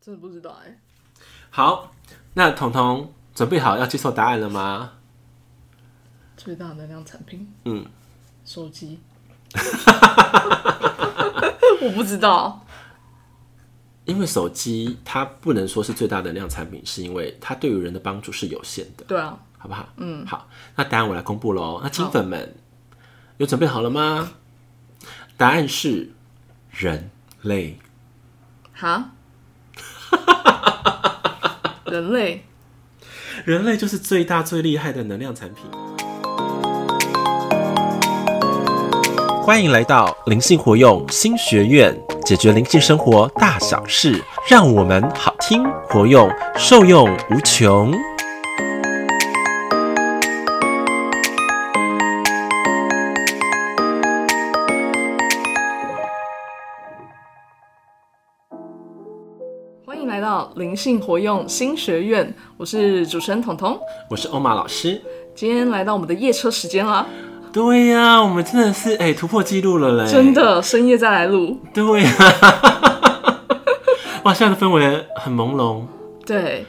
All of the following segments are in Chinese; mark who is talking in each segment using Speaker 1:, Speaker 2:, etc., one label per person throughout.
Speaker 1: 真的不知道哎、
Speaker 2: 好，那彤彤准备好要接受答案了吗？
Speaker 1: 最大能量产品，
Speaker 2: 嗯，
Speaker 1: 手 机。我不知道，
Speaker 2: 因为手机它不能说是最大能量产品，是因为它对于人的帮助是有限的，
Speaker 1: 对啊，
Speaker 2: 好不好？嗯，好，那答案我来公布喽。那金粉们有准备好了吗？答案是人类。
Speaker 1: 哈，人类
Speaker 2: 人类就是最大最厉害的能量产品。欢迎来到灵性活用新学院，解决灵性生活大小事，让我们好听活用，受用无穷。
Speaker 1: 欢迎来到灵性活用新学院，我是主持人彤彤，
Speaker 2: 我是欧玛老师。
Speaker 1: 今天来到我们的夜车时间啦，
Speaker 2: 对呀、我们真的是哎、突破记录了嘞！
Speaker 1: 真。的深夜再来录，
Speaker 2: 对呀、 哇，现在的氛围很朦胧。
Speaker 1: 对，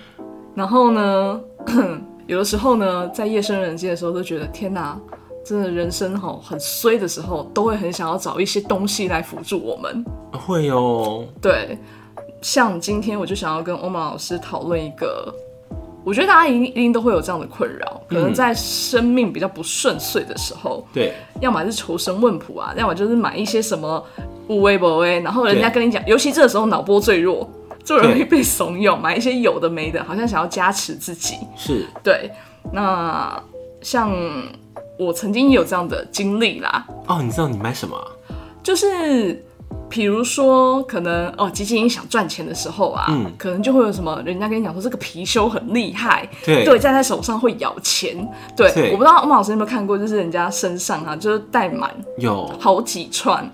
Speaker 1: 然后呢， 有的时候呢，在夜深人静的时候，都觉得天哪，真的人生吼很衰的时候，都会很想要找一些东西来辅助我们。
Speaker 2: 会哦，
Speaker 1: 对，像今天我就想要跟欧玛老师讨论一个，我觉得大家一定一定都会有这样的困扰，可能在生命比较不顺遂的时候，
Speaker 2: 对，
Speaker 1: 要么是求神问卜啊，要么就是买一些什么无微不微，然后人家跟你讲，尤其这个时候脑波最弱，最容易
Speaker 2: 对
Speaker 1: 被怂恿，买一些有的没的，好像想要加持自己。
Speaker 2: 是，
Speaker 1: 对，那像我曾经也有这样的经历啦，
Speaker 2: 哦，你知道你买什么？
Speaker 1: 就是比如说，可能哦，基金想赚钱的时候啊，
Speaker 2: 嗯
Speaker 1: 可能就会有什么人家跟你讲说这个貔貅很厉害，
Speaker 2: 对
Speaker 1: 对，戴在手上会咬钱，对，
Speaker 2: 对
Speaker 1: 我不知道欧曼老师有没有看过，就是人家身上啊，就是戴满
Speaker 2: 有，
Speaker 1: 好几串，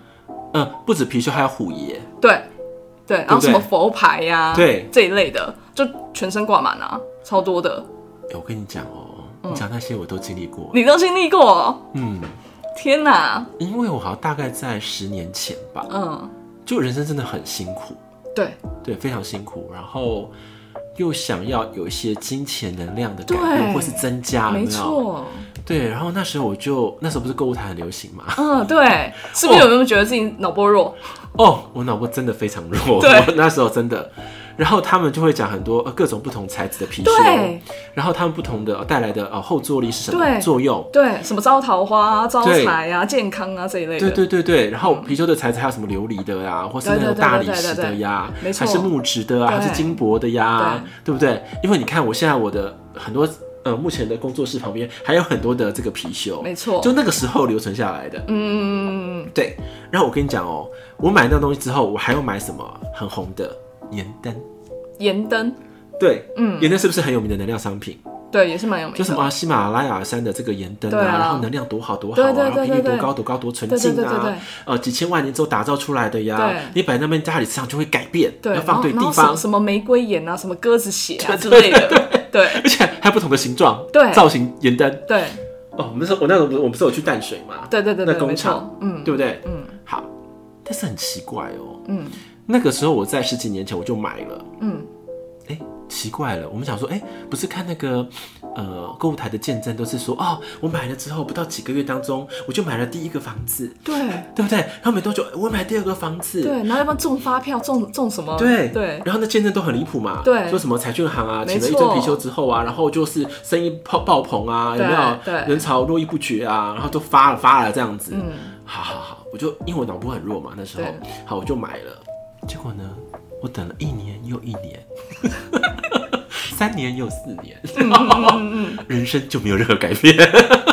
Speaker 2: 呃，不止貔貅，还有虎爷。
Speaker 1: 对，对，然后什么
Speaker 2: 对
Speaker 1: 佛牌呀、
Speaker 2: 对
Speaker 1: 这一类的，就全身挂满啊，超多的，
Speaker 2: 欸我跟你讲哦，
Speaker 1: 嗯
Speaker 2: 你讲那些我都经历过。
Speaker 1: 你都经历过，
Speaker 2: 嗯，
Speaker 1: 天哪，
Speaker 2: 因为我好像大概在十年前吧，
Speaker 1: 嗯，
Speaker 2: 就人生真的很辛苦，
Speaker 1: 对
Speaker 2: 对，非常辛苦，然后又想要有一些金钱能量的改变
Speaker 1: 对
Speaker 2: 或是增加，有
Speaker 1: 没
Speaker 2: 有，
Speaker 1: 错，
Speaker 2: 对。然后那时候我就那时候不是购物台很流行嘛，
Speaker 1: 嗯，对，是不是有没有觉得自己脑波弱？
Speaker 2: 哦，我脑波真的非常弱，
Speaker 1: 对
Speaker 2: 我那时候真的。然后他们就会讲很多呃各种不同材质的貔貅
Speaker 1: 对，
Speaker 2: 然后他们不同的呃带来的呃后坐力是什么
Speaker 1: 对
Speaker 2: 作用？
Speaker 1: 对，什么招桃花、啊、招财啊、健康啊这一类的。嗯
Speaker 2: 对对对对，然后貔貅的材质还有什么琉璃的呀，或是那
Speaker 1: 对对
Speaker 2: 种
Speaker 1: 对
Speaker 2: 大理
Speaker 1: 对对
Speaker 2: 石的
Speaker 1: 对
Speaker 2: 呀，
Speaker 1: 没
Speaker 2: 还是
Speaker 1: 错
Speaker 2: 木质的啊，还是
Speaker 1: 对
Speaker 2: 金箔的呀
Speaker 1: 对，
Speaker 2: 对不对？因为你看我现在我的很多呃目前的工作室旁边还有很多的这个貔貅，
Speaker 1: 没错
Speaker 2: 就那个时候留存下来的。
Speaker 1: 嗯，
Speaker 2: 对，然后我跟你讲哦，我买那东西之后，我还要买什么很红的盐灯。
Speaker 1: 嗯盐灯，
Speaker 2: 对，
Speaker 1: 嗯
Speaker 2: 盐灯是不是很有名的能量商品？
Speaker 1: 对，也是蛮有名的。
Speaker 2: 就什么啊喜马拉雅山的这个盐灯
Speaker 1: 对啊
Speaker 2: 然后能量多好多好
Speaker 1: 对
Speaker 2: 啊，
Speaker 1: 对
Speaker 2: 然后
Speaker 1: 对
Speaker 2: 频率
Speaker 1: 对
Speaker 2: 多
Speaker 1: 对
Speaker 2: 高多高多纯
Speaker 1: 对对
Speaker 2: 净
Speaker 1: 对对
Speaker 2: 啊
Speaker 1: 对，
Speaker 2: 呃，几千万年之后打造出来的呀
Speaker 1: 对，
Speaker 2: 你摆那边家里磁场就会改变，
Speaker 1: 对，
Speaker 2: 要
Speaker 1: 然
Speaker 2: 放
Speaker 1: 后
Speaker 2: 对
Speaker 1: 然
Speaker 2: 地
Speaker 1: 后什
Speaker 2: 方
Speaker 1: 么，什么玫瑰盐啊，什么鸽子血啊
Speaker 2: 对
Speaker 1: 之类的。对
Speaker 2: 而且还有不同的形状，
Speaker 1: 对
Speaker 2: 造型盐灯。
Speaker 1: 对
Speaker 2: 哦，我们说，我那时候不是我不是有去淡水嘛，
Speaker 1: 对对对
Speaker 2: 那
Speaker 1: 对，
Speaker 2: 工
Speaker 1: 没
Speaker 2: 厂
Speaker 1: 错。嗯
Speaker 2: 对不对？
Speaker 1: 嗯
Speaker 2: 好，但是很奇怪哦，
Speaker 1: 嗯
Speaker 2: 那个时候我在十几年前我就买了，
Speaker 1: 嗯，
Speaker 2: 哎，奇怪了，我们想说，哎，不是看那个呃购物台的见证都是说，哦，我买了之后不到几个月当中，我就买了第一个房子，
Speaker 1: 对
Speaker 2: 对不对？然后没多久，我买第二个房子，
Speaker 1: 对，然后要不然中发票中中什么？
Speaker 2: 对
Speaker 1: 对
Speaker 2: 然后那见证都很离谱嘛，
Speaker 1: 对
Speaker 2: 说什么彩券行啊，请
Speaker 1: 没错
Speaker 2: 了一堆貔貅之后啊，然后就是生意爆爆棚啊，有
Speaker 1: 对
Speaker 2: 没有
Speaker 1: 对
Speaker 2: 人潮络绎不绝啊，然后都发了发了这样子，
Speaker 1: 嗯，
Speaker 2: 好好好，我就因为我脑波很弱嘛，那时候
Speaker 1: 对，
Speaker 2: 好我就买了，结果呢，我等了一年又一年。 三年又四年，
Speaker 1: 嗯
Speaker 2: 人生就没有任何改变。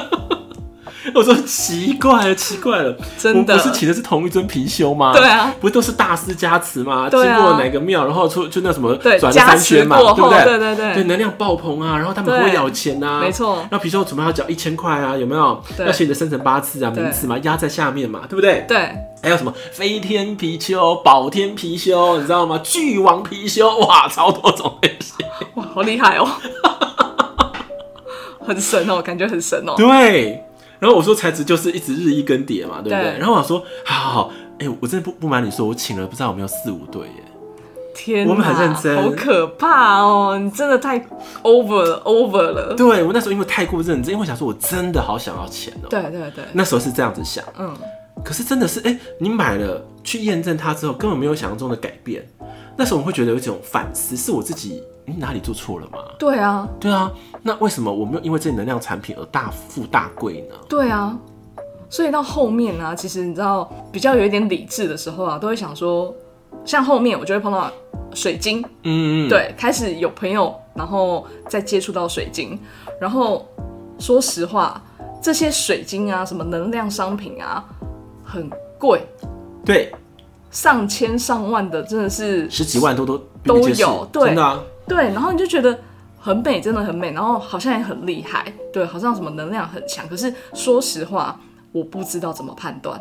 Speaker 2: 我说奇怪了，奇怪了，
Speaker 1: 真的
Speaker 2: 我不是请的是同一尊貔貅吗？
Speaker 1: 对啊，
Speaker 2: 不都是大师加持吗？
Speaker 1: 对
Speaker 2: 经
Speaker 1: 啊
Speaker 2: 过哪个庙，然后出就那什么
Speaker 1: 对
Speaker 2: 转了三圈嘛，
Speaker 1: 加持过
Speaker 2: 对不
Speaker 1: 后
Speaker 2: 对？
Speaker 1: 对对对
Speaker 2: 能量爆棚啊，然后他们还会
Speaker 1: 对
Speaker 2: 咬钱啊，
Speaker 1: 没错
Speaker 2: 那貔貅准备要缴一千块啊，有没有？
Speaker 1: 对
Speaker 2: 要写你的生辰八字啊、
Speaker 1: 对
Speaker 2: 名字嘛，压在下面嘛，对不对？
Speaker 1: 对
Speaker 2: 还有什么飞天貔貅、宝天貔貅，你知道吗？巨王貔貅，哇，超多种类型。
Speaker 1: 哇，好厉害哦， 很神哦，感觉很神哦。
Speaker 2: 对，然后我说材质就是一直日益更迭嘛，对不对？
Speaker 1: 对
Speaker 2: 然后我想说，好好好，哎、我真的不不瞒你说，我请了不知道有没有四五对耶，
Speaker 1: 天哪，
Speaker 2: 我们很认真
Speaker 1: 好可怕哦！你真的太 over 了，over 了。
Speaker 2: 对我那时候因为太过认真，因为我想说我真的好想要钱哦、
Speaker 1: 对对对，
Speaker 2: 那时候是这样子想，
Speaker 1: 嗯，
Speaker 2: 可是真的是，哎、你买了去验证它之后，根本没有想象中的改变。那时候我会觉得有一种反思，是我自己，嗯，哪里做错了吗？
Speaker 1: 对啊，
Speaker 2: 对啊，那为什么我没有因为这能量产品而大富大贵呢？
Speaker 1: 对啊。所以到后面呢、其实你知道，比较有一点理智的时候啊，都会想说，像后面我就会碰到水晶，
Speaker 2: 嗯，，
Speaker 1: 对，开始有朋友，然后再接触到水晶，然后说实话，这些水晶啊，什么能量商品啊，很贵，
Speaker 2: 对，
Speaker 1: 上千上万的，真的是
Speaker 2: 十几万多多
Speaker 1: 都
Speaker 2: 比比皆是
Speaker 1: 有对
Speaker 2: 真的啊，
Speaker 1: 对，然后你就觉得很美，真的很美，然后好像也很厉害，对，好像什么能量很强。可是说实话，我不知道怎么判断，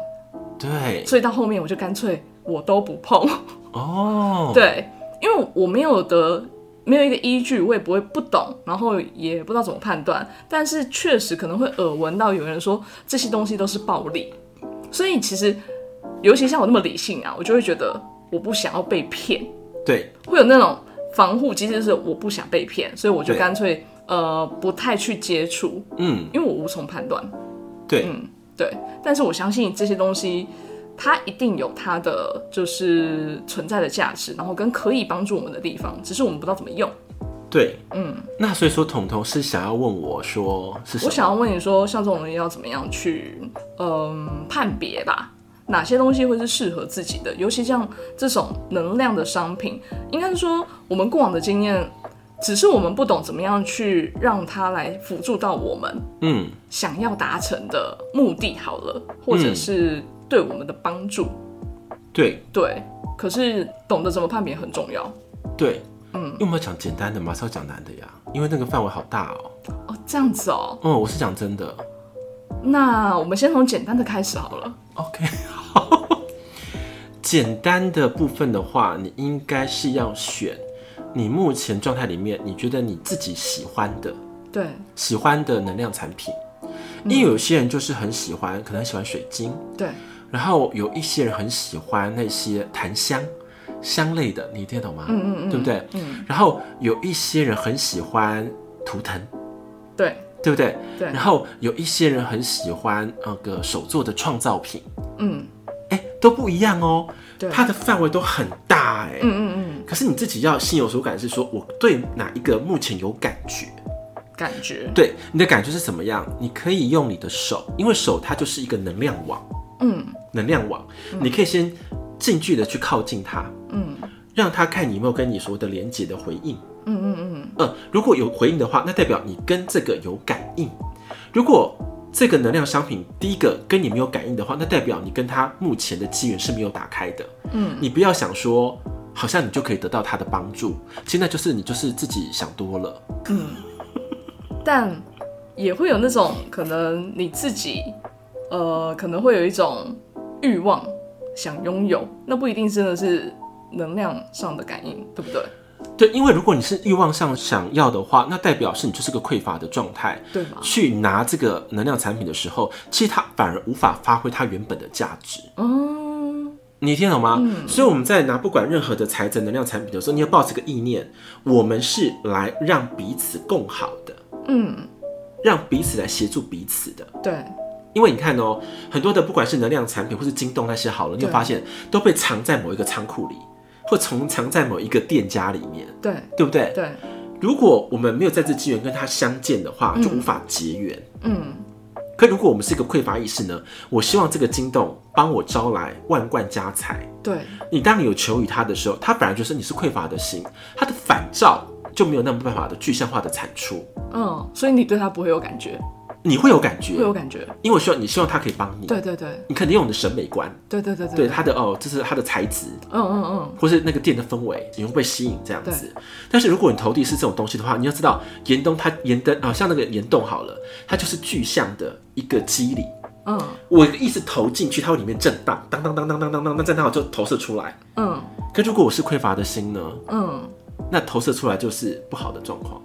Speaker 2: 对，
Speaker 1: 所以到后面我就干脆我都不碰，
Speaker 2: 哦，，
Speaker 1: 对，因为我没有的没有一个依据，我也不会不懂，然后也不知道怎么判断。但是确实可能会耳闻到有人说这些东西都是暴利，所以其实尤其像我那么理性啊，我就会觉得我不想要被骗。
Speaker 2: 对，
Speaker 1: 会有那种防护机制，是我不想被骗，所以我就
Speaker 2: 对
Speaker 1: 干脆呃不太去接触，
Speaker 2: 嗯，
Speaker 1: 因为我无从判断。
Speaker 2: 对，
Speaker 1: 对，但是我相信这些东西，它一定有它的就是存在的价值，然后跟可以帮助我们的地方，只是我们不知道怎么用。
Speaker 2: 对，嗯。那所以说，彤彤是想要问我说是什
Speaker 1: 我
Speaker 2: 么？
Speaker 1: 想要问你说，像这种东西要怎么样去嗯判别吧？哪些东西会是适合自己的？尤其像这种能量的商品，应该是说我们过往的经验，只是我们不懂怎么样去让它来辅助到我们
Speaker 2: 嗯，
Speaker 1: 想要达成的目的。好了，或者
Speaker 2: 嗯
Speaker 1: 是对我们的帮助，
Speaker 2: 对
Speaker 1: 对。可是懂得怎么判别很重要
Speaker 2: 对，嗯。因为我们要讲简单的嘛，是要讲难的呀，因为那个范围好大哦、
Speaker 1: 哦。这样子哦，
Speaker 2: 哦、我是讲真的。
Speaker 1: 那我们先从简单的开始好了。
Speaker 2: OK，好。 简单的部分的话，你应该是要选你目前状态里面你觉得你自己喜欢的、
Speaker 1: 对，
Speaker 2: 喜欢的能量产品。因为有些人就是很喜欢，可能很喜欢水晶，
Speaker 1: 对，
Speaker 2: 然后有一些人很喜欢那些檀香香类的，你听得懂吗？嗯嗯嗯，对不对？嗯。然后有一些人很喜欢图腾，
Speaker 1: 对，
Speaker 2: 对不对？
Speaker 1: 对
Speaker 2: 然后有一些人很喜欢那个手做的创造品，
Speaker 1: 嗯，
Speaker 2: 哎，都不一样哦。
Speaker 1: 对
Speaker 2: 它的范围都很大哎。
Speaker 1: 嗯嗯嗯，
Speaker 2: 可是你自己要心有所感，是说我对哪一个目前有感觉？
Speaker 1: 感觉，
Speaker 2: 对，你的感觉是怎么样？你可以用你的手，因为手它就是一个能量网。
Speaker 1: 嗯。
Speaker 2: 能量网，你可以先近距离的去靠近它，
Speaker 1: 嗯
Speaker 2: 让它看你有没有跟你所谓的连接的回应。
Speaker 1: 嗯嗯嗯，
Speaker 2: 呃，如果有回应的话，那代表你跟这个有感应；如果这个能量商品第一个跟你没有感应的话，那代表你跟它目前的机缘是没有打开的。
Speaker 1: 嗯，
Speaker 2: 你不要想说好像你就可以得到它的帮助，其实那就是你就是自己想多了。
Speaker 1: 嗯，但也会有那种可能你自己，呃，可能会有一种欲望想拥有，那不一定真的是能量上的感应，对不对？
Speaker 2: 对，因为如果你是欲望上想要的话，那代表是你就是个匮乏的状态。
Speaker 1: 对吧？
Speaker 2: 去拿这个能量产品的时候，其实它反而无法发挥它原本的价值。
Speaker 1: 嗯，
Speaker 2: 你听懂吗？所以我们在拿不管任何的财政能量产品的时候，你要抱这个意念，我们是来让彼此共好的，
Speaker 1: 嗯，
Speaker 2: 让彼此来协助彼此的。
Speaker 1: 对，
Speaker 2: 因为你看哦、很多的不管是能量产品或是京东那些好了，你有
Speaker 1: 对
Speaker 2: 发现都被藏在某一个仓库里，或藏藏在某一个店家里面，
Speaker 1: 对，
Speaker 2: 对不对？
Speaker 1: 对，
Speaker 2: 如果我们没有在这资源跟它相见的话，就无法结缘。
Speaker 1: 嗯，
Speaker 2: 可如果我们是一个匮乏意识呢？我希望这个金洞帮我招来万贯家财。
Speaker 1: 对，
Speaker 2: 你当你有求于他的时候，他反而就是你是匮乏的心，他的反照就没有那么办法的具象化的产出。
Speaker 1: 嗯，所以你对他不会有感觉，
Speaker 2: 你会有感觉
Speaker 1: 会，有感觉，
Speaker 2: 因为我希望你希望他可以帮你，
Speaker 1: 对对对，
Speaker 2: 你肯定有你的审美观，
Speaker 1: 对对对
Speaker 2: 对
Speaker 1: 对，
Speaker 2: 他的哦，这是他的材质，
Speaker 1: 嗯嗯嗯，
Speaker 2: 或是那个店的氛围，你会被吸引这样子。但是如果你投递是这种东西的话，你要知道岩洞它岩灯啊，像那个岩洞好了，它就是具象的一个肌理。
Speaker 1: 嗯
Speaker 2: 我一直投进去，它会里面震荡，当当当当当当当，那震荡就投射出来。
Speaker 1: 嗯
Speaker 2: 可如果我是匮乏的心呢，
Speaker 1: 嗯，
Speaker 2: 那投射出来就是不好的状况。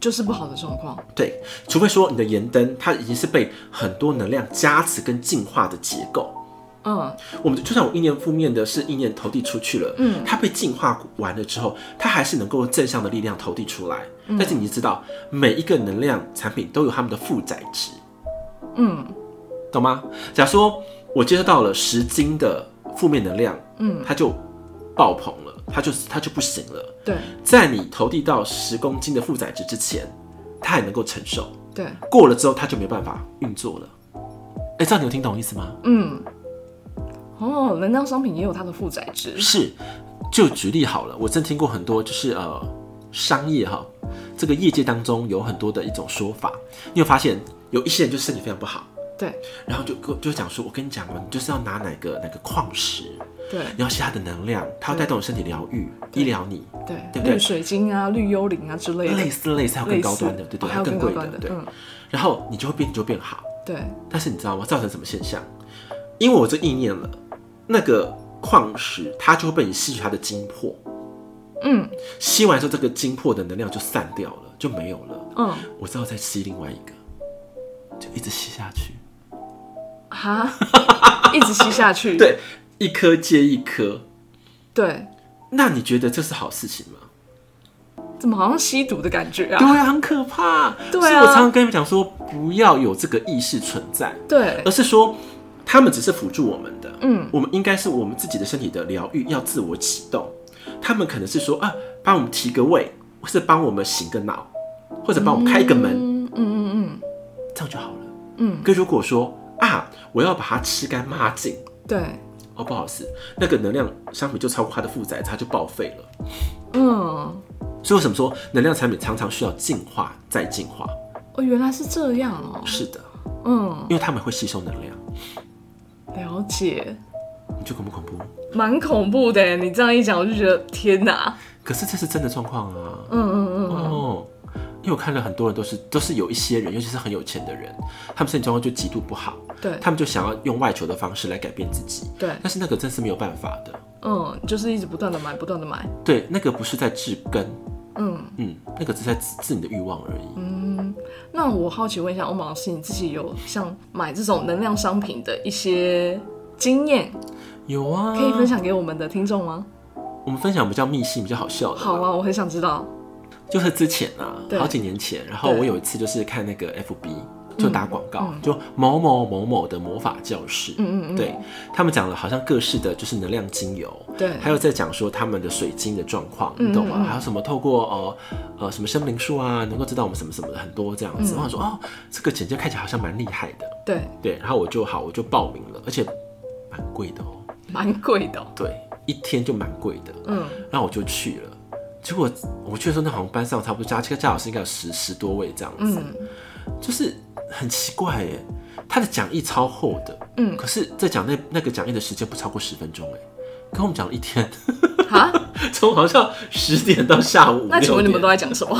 Speaker 1: 就是不好的状况，
Speaker 2: 对，除非说你的盐灯它已经是被很多能量加持跟净化的结构，
Speaker 1: 嗯
Speaker 2: 我们就算我意念负面的是意念投递出去了，嗯，它被净化完了之后，它还是能够正向的力量投递出来。
Speaker 1: 嗯
Speaker 2: 但是你知道，每一个能量产品都有它们的负载值，
Speaker 1: 嗯
Speaker 2: 懂吗？假如说我接收到了十斤的负面能量，
Speaker 1: 嗯，
Speaker 2: 它就爆棚了，它就它就不行了。
Speaker 1: 对
Speaker 2: 在你投递到十公斤的负载值之前，它还能够承受，
Speaker 1: 对，
Speaker 2: 过了之后它就没办法运作了。哎、这样你有听懂意思吗？
Speaker 1: 嗯，哦，能量商品也有它的负载值，
Speaker 2: 是，就举例好了，我真听过很多，就是呃，商业哈，这个业界当中有很多的一种说法，你有发现有一些人就身体非常不好，
Speaker 1: 对
Speaker 2: 然后就跟我就讲说，我跟你讲哦，你就是要拿哪个哪个矿石，
Speaker 1: 对
Speaker 2: 你要吸它的能量，它要带动你身体疗愈、医疗你，
Speaker 1: 对，
Speaker 2: 对不对
Speaker 1: 绿水晶啊、绿幽灵啊之类的，
Speaker 2: 类似类似还有更
Speaker 1: 类
Speaker 2: 高
Speaker 1: 似
Speaker 2: 端的，对对，
Speaker 1: 哦还有
Speaker 2: 更
Speaker 1: 更
Speaker 2: 贵
Speaker 1: 高端
Speaker 2: 的，对，
Speaker 1: 嗯，
Speaker 2: 然后你就会变，你就会变好。
Speaker 1: 对
Speaker 2: 但是你知道吗？造成什么现象？因为我这意念了，那个矿石它就会被你吸取它的精魄，
Speaker 1: 嗯，
Speaker 2: 吸完之后这个精魄的能量就散掉了，就没有了。
Speaker 1: 嗯，
Speaker 2: 我知道再吸另外一个，就一直吸下去，
Speaker 1: 哈，一直吸下去，
Speaker 2: 对，一颗接一颗。
Speaker 1: 对，
Speaker 2: 那你觉得这是好事情吗？
Speaker 1: 怎么好像吸毒的感觉啊？
Speaker 2: 对啊，很可怕。
Speaker 1: 对
Speaker 2: 所以
Speaker 1: 啊
Speaker 2: 我常常跟你们讲说，不要有这个意识存在，
Speaker 1: 对
Speaker 2: 而，是说他们只是辅助我们的。
Speaker 1: 嗯，
Speaker 2: 我们应该是我们自己的身体的疗愈要自我启动，他们可能是说啊，帮我们提个位，或是帮我们醒个脑，或者帮我们开一个门，
Speaker 1: 嗯嗯嗯
Speaker 2: 这样就好了。
Speaker 1: 嗯
Speaker 2: 可如果说啊，我要把它吃干抹净，
Speaker 1: 嗯，对，
Speaker 2: 哦，不好意思，那个能量商品就超过它的负载，它就报废了。
Speaker 1: 嗯，
Speaker 2: 所以为什么说能量产品常常需要净化再净化？
Speaker 1: 哦，原来是这样哦，
Speaker 2: 是的，
Speaker 1: 嗯，
Speaker 2: 因为他们会吸收能量，
Speaker 1: 了解，
Speaker 2: 你觉得恐不恐怖？
Speaker 1: 蛮恐怖的欸耶，你这样一讲，我就觉得天哪，
Speaker 2: 可是这是真的状况啊。
Speaker 1: 嗯嗯嗯，
Speaker 2: 哦，因为我看了很多人都是都是有一些人，尤其是很有钱的人，他们身体状况就极度不好，
Speaker 1: 嗯对
Speaker 2: 他们就想要用外求的方式来改变自己，
Speaker 1: 对，
Speaker 2: 但是那个真是没有办法的。
Speaker 1: 嗯，就是一直不断的买，不断的买，
Speaker 2: 对，那个不是在治根，
Speaker 1: 嗯
Speaker 2: 嗯，那个只是在治治你的欲望而已。
Speaker 1: 嗯，那我好奇问一下，欧盟老师，你自己有像买这种能量商品的一些经验，
Speaker 2: 有啊，
Speaker 1: 可以分。享给我们的听众吗？
Speaker 2: 我们分享比较密信、比较好笑的。
Speaker 1: 好，啊，我很想知道。
Speaker 2: 就是之前啊，
Speaker 1: 对
Speaker 2: 好几年前，然后
Speaker 1: 对
Speaker 2: 我有一次就是看那个 FB。就打广告，就某某某某的魔法教室，
Speaker 1: 嗯嗯嗯嗯
Speaker 2: 对他们讲了好像各式的就是能量精油，
Speaker 1: 对
Speaker 2: 还有在讲说他们的水晶的状况，
Speaker 1: 嗯
Speaker 2: 你懂吗？
Speaker 1: 嗯嗯
Speaker 2: 还有什么透过呃呃什么生灵树啊，能够知道我们什么什么的很多这样
Speaker 1: 嗯
Speaker 2: 子。我想说哦，这个简介看起来好像蛮厉害的，
Speaker 1: 对，
Speaker 2: 对，然后我就好我就报名了，而且蛮贵的哦，
Speaker 1: 蛮贵的哦、
Speaker 2: 对，一天就蛮贵的，
Speaker 1: 嗯，
Speaker 2: 然后我就去了。结果我去的时候，那好像班上差不多加这个加老师应该有十十多位这样子，
Speaker 1: 嗯
Speaker 2: 就是很奇怪耶。他的讲义超厚的，
Speaker 1: 嗯
Speaker 2: 可是，在讲那那个讲义的时间不超过十分钟，哎，跟我们讲了一天，
Speaker 1: 哈，
Speaker 2: 从好像十点到下午五
Speaker 1: 那请问你们
Speaker 2: 六
Speaker 1: 都
Speaker 2: 点
Speaker 1: 在讲什么？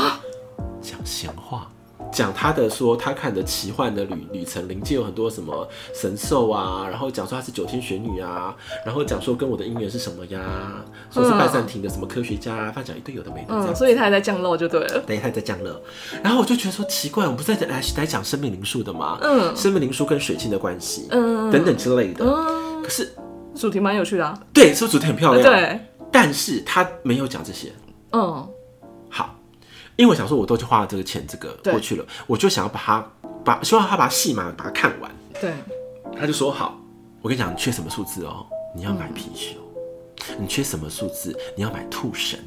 Speaker 2: 讲闲话，讲他的说他看的奇幻的旅旅程，灵界有很多什么神兽啊，然后讲说他是九天玄女啊，然后讲说跟我的姻缘是什么呀，说是拜占庭的什么科学家、啊，反正讲一堆有的没的这样
Speaker 1: 嗯，。所以他还在降落就对了。
Speaker 2: 等一下再讲了，然后我就觉得说奇怪，我们不是在来来讲生命灵数的吗？
Speaker 1: 嗯
Speaker 2: 生命灵数跟水晶的关系，
Speaker 1: 嗯
Speaker 2: 等等之类的。
Speaker 1: 嗯，
Speaker 2: 可是
Speaker 1: 主题蛮有趣的、啊。
Speaker 2: 对，是不是主题很漂亮？，
Speaker 1: 对，
Speaker 2: 但是他没有讲这些。
Speaker 1: 嗯，
Speaker 2: 好，因为我想说，我都去花了这个钱，这个
Speaker 1: 对
Speaker 2: 过去了，我就想要把它把，希望他把戏码把它看完。
Speaker 1: 对，
Speaker 2: 他就说好，我跟你讲，你缺什么数字哦，你要买貔貅；你缺什么数字，你要买兔神；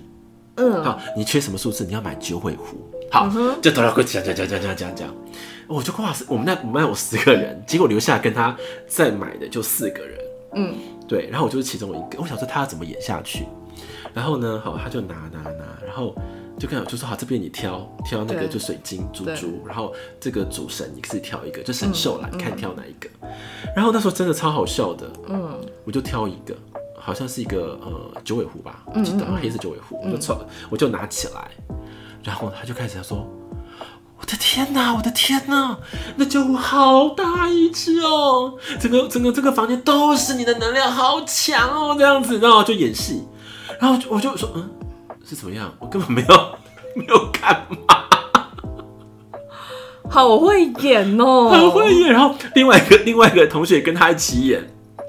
Speaker 1: 嗯，
Speaker 2: 好，你缺什么数字，你要买九尾狐。好，就哆啦过去讲讲讲讲讲讲讲。我就哇塞，我们那我们班有十个人，结果留下跟他再买的就四个人。
Speaker 1: 嗯，
Speaker 2: 对，然后我就是其中一个，我想说他要怎么演下去。然后呢，好，他就拿拿拿，然后就跟我就说好，这边你挑挑那个
Speaker 1: 对
Speaker 2: 就水晶珠
Speaker 1: 对嗯
Speaker 2: 珠，然后这个主神你自己挑一个，就神兽啦，你看挑哪一个。然后那时候真的超好笑的，
Speaker 1: 嗯，
Speaker 2: 我就挑一个，好像是一个呃九尾狐吧，我
Speaker 1: 嗯
Speaker 2: 记得好像黑色九尾狐，我就抽，我就拿起来，然后他就开始说。我的天哪！我的天哪！那九尾狐好大一只哦，整个整个这个房间都是你的能量，好强哦，这样子，然后就演戏，然后我就我就说，嗯，是怎么样？我根本没有 没有看
Speaker 1: 好会演哦、哦
Speaker 2: 很会演。然后另外一个另外一个同学也跟他一起演，